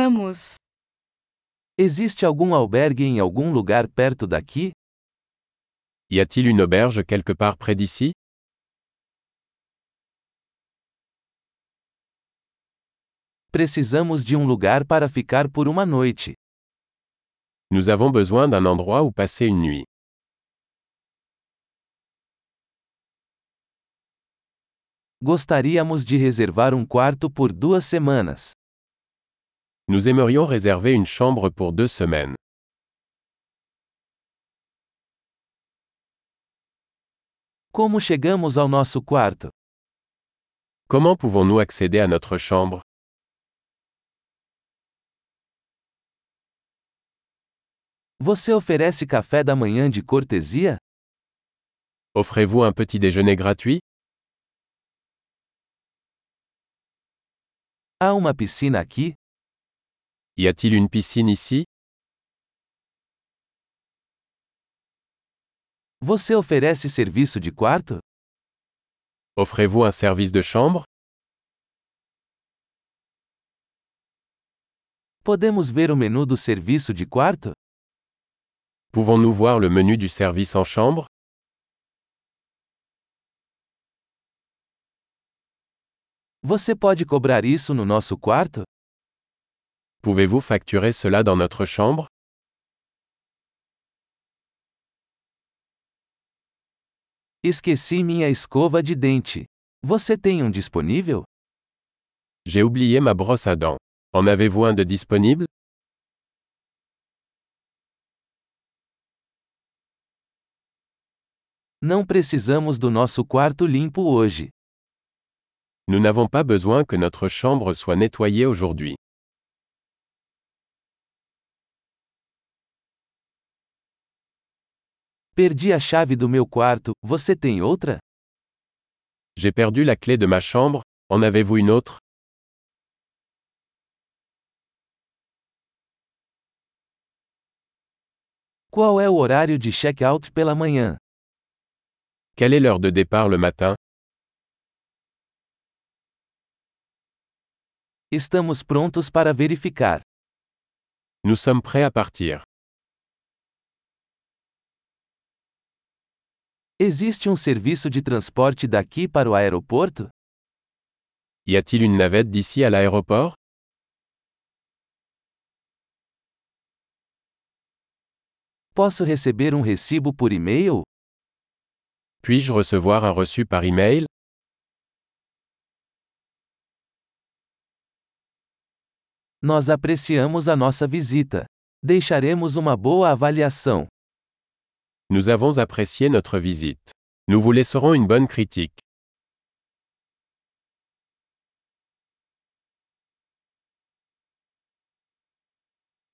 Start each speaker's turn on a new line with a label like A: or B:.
A: Vamos.
B: Existe algum albergue em algum lugar perto daqui?
C: Y a-t-il une auberge quelque part près d'ici
B: Precisamos de um lugar para ficar por uma noite.
C: Nous avons besoin d'un endroit où passer une nuit.
B: Gostaríamos de reservar um quarto por duas semanas.
C: Nous aimerions réserver une chambre pour deux semaines.
B: Como chegamos ao nosso quarto?
C: Comment pouvons-nous accéder à notre chambre
B: Você oferece café da manhã de cortesia?
C: Offrez-vous un petit déjeuner gratuit
B: Há uma piscina aqui?
C: Y a-t-il une piscine ici
B: Você oferece serviço de quarto?
C: Offrez-vous un service de chambre
B: Podemos ver o menu do serviço de quarto?
C: Pouvons-nous voir le menu du service en chambre
B: Você pode cobrar isso no nosso quarto?
C: Pouvez-vous facturer cela dans notre chambre
B: Esqueci minha escova de dente. Você tem um disponível?
C: J'ai oublié ma brosse à dents. En avez-vous un de disponible
B: Não precisamos do nosso quarto limpo hoje.
C: Nous n'avons pas besoin que notre chambre soit nettoyée aujourd'hui.
B: Perdi a chave do meu quarto, você tem outra?
C: J'ai perdu la clé de ma chambre, en avez-vous une autre
B: Qual é o horário de check-out pela manhã?
C: Quelle est l'heure de départ le matin
B: Estamos prontos para verificar.
C: Nous sommes prêts à partir.
B: Existe um serviço de transporte daqui para o aeroporto?
C: Y a-t-il une navette d'ici à l'aéroport
B: Posso receber um recibo por e-mail?
C: Puis-je recevoir un reçu par email
B: Nós apreciamos a nossa visita. Deixaremos uma boa avaliação.
C: Nous avons apprécié notre visite. Nous vous laisserons une bonne critique.